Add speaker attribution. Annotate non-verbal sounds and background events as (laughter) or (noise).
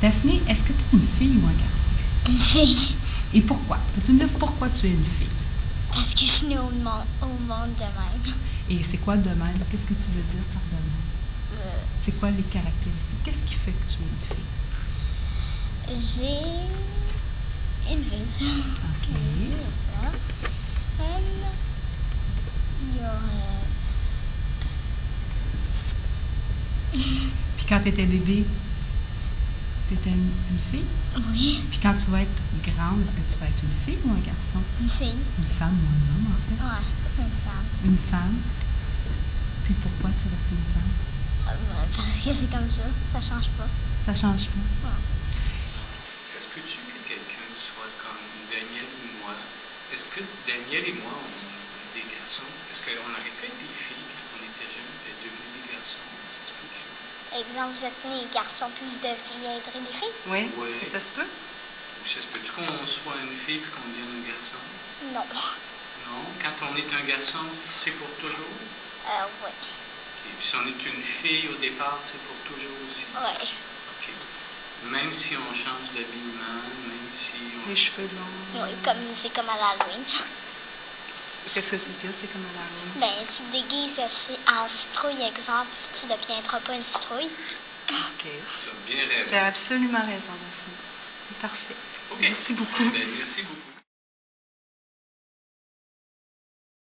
Speaker 1: Daphné, est-ce que tu es une fille ou un garçon?
Speaker 2: Une fille.
Speaker 1: Et pourquoi? Peux-tu me dire pourquoi tu es une fille?
Speaker 2: Parce que je suis née au monde, au monde de même.
Speaker 1: Et c'est quoi de même? Qu'est-ce que tu veux dire par de même?
Speaker 2: Euh,
Speaker 1: C'est quoi les caractéristiques? Qu'est-ce qui fait que tu es une fille?
Speaker 2: J'ai une vulve.
Speaker 1: OK.
Speaker 2: (laughs) Oui, ça. Euh, il y a, euh,
Speaker 1: Puis quand tu étais bébé, tu étais une, une fille?
Speaker 2: Oui,
Speaker 1: Puis quand tu vas être grande, est-ce que tu vas être une fille ou un garçon?
Speaker 2: une fille.
Speaker 1: Une femme ou un homme, en fait?
Speaker 2: Ouais, une femme.
Speaker 1: Une femme. Puis pourquoi tu restes une femme?
Speaker 2: Euh, ben, Parce que c'est comme ça, ça change pas.
Speaker 1: Ça change pas.
Speaker 3: Ça se peut-tu que quelqu'un soit comme Daniel ou moi? Est-ce que Daniel et moi, on est des garçons? Est-ce qu'on aurait pu être des filles quand on était jeunes et devenus des garçons? Ça se peut-tu?
Speaker 2: Exemple, vous êtes nés garçons, puis vous deviendrez des filles?
Speaker 4: Oui,
Speaker 3: Ouais.
Speaker 4: est-ce que ça se peut?
Speaker 3: Ou ça se peut-tu qu'on soit une fille puis qu'on devienne un garçon?
Speaker 2: Non.
Speaker 3: Non? Quand on est un garçon, c'est pour toujours?
Speaker 2: Euh, ouais.
Speaker 3: Ok. Puis si on est une fille au départ, c'est pour toujours aussi?
Speaker 2: Ouais.
Speaker 3: Ok. Même si on change d'habillement, même si on...
Speaker 4: Les cheveux longs.
Speaker 2: Oui, comme, c'est comme à l'Halloween.
Speaker 4: Qu'est-ce que tu veux dire? C'est comme à la
Speaker 2: Ben, tu te déguises assez- en citrouille, exemple, tu deviendras pas une citrouille.
Speaker 4: OK.
Speaker 3: Tu as bien
Speaker 4: Tu
Speaker 3: raison.
Speaker 4: as absolument raison, Daphné. C'est parfait.
Speaker 3: Ok.
Speaker 4: Merci beaucoup.
Speaker 3: Ben, merci beaucoup.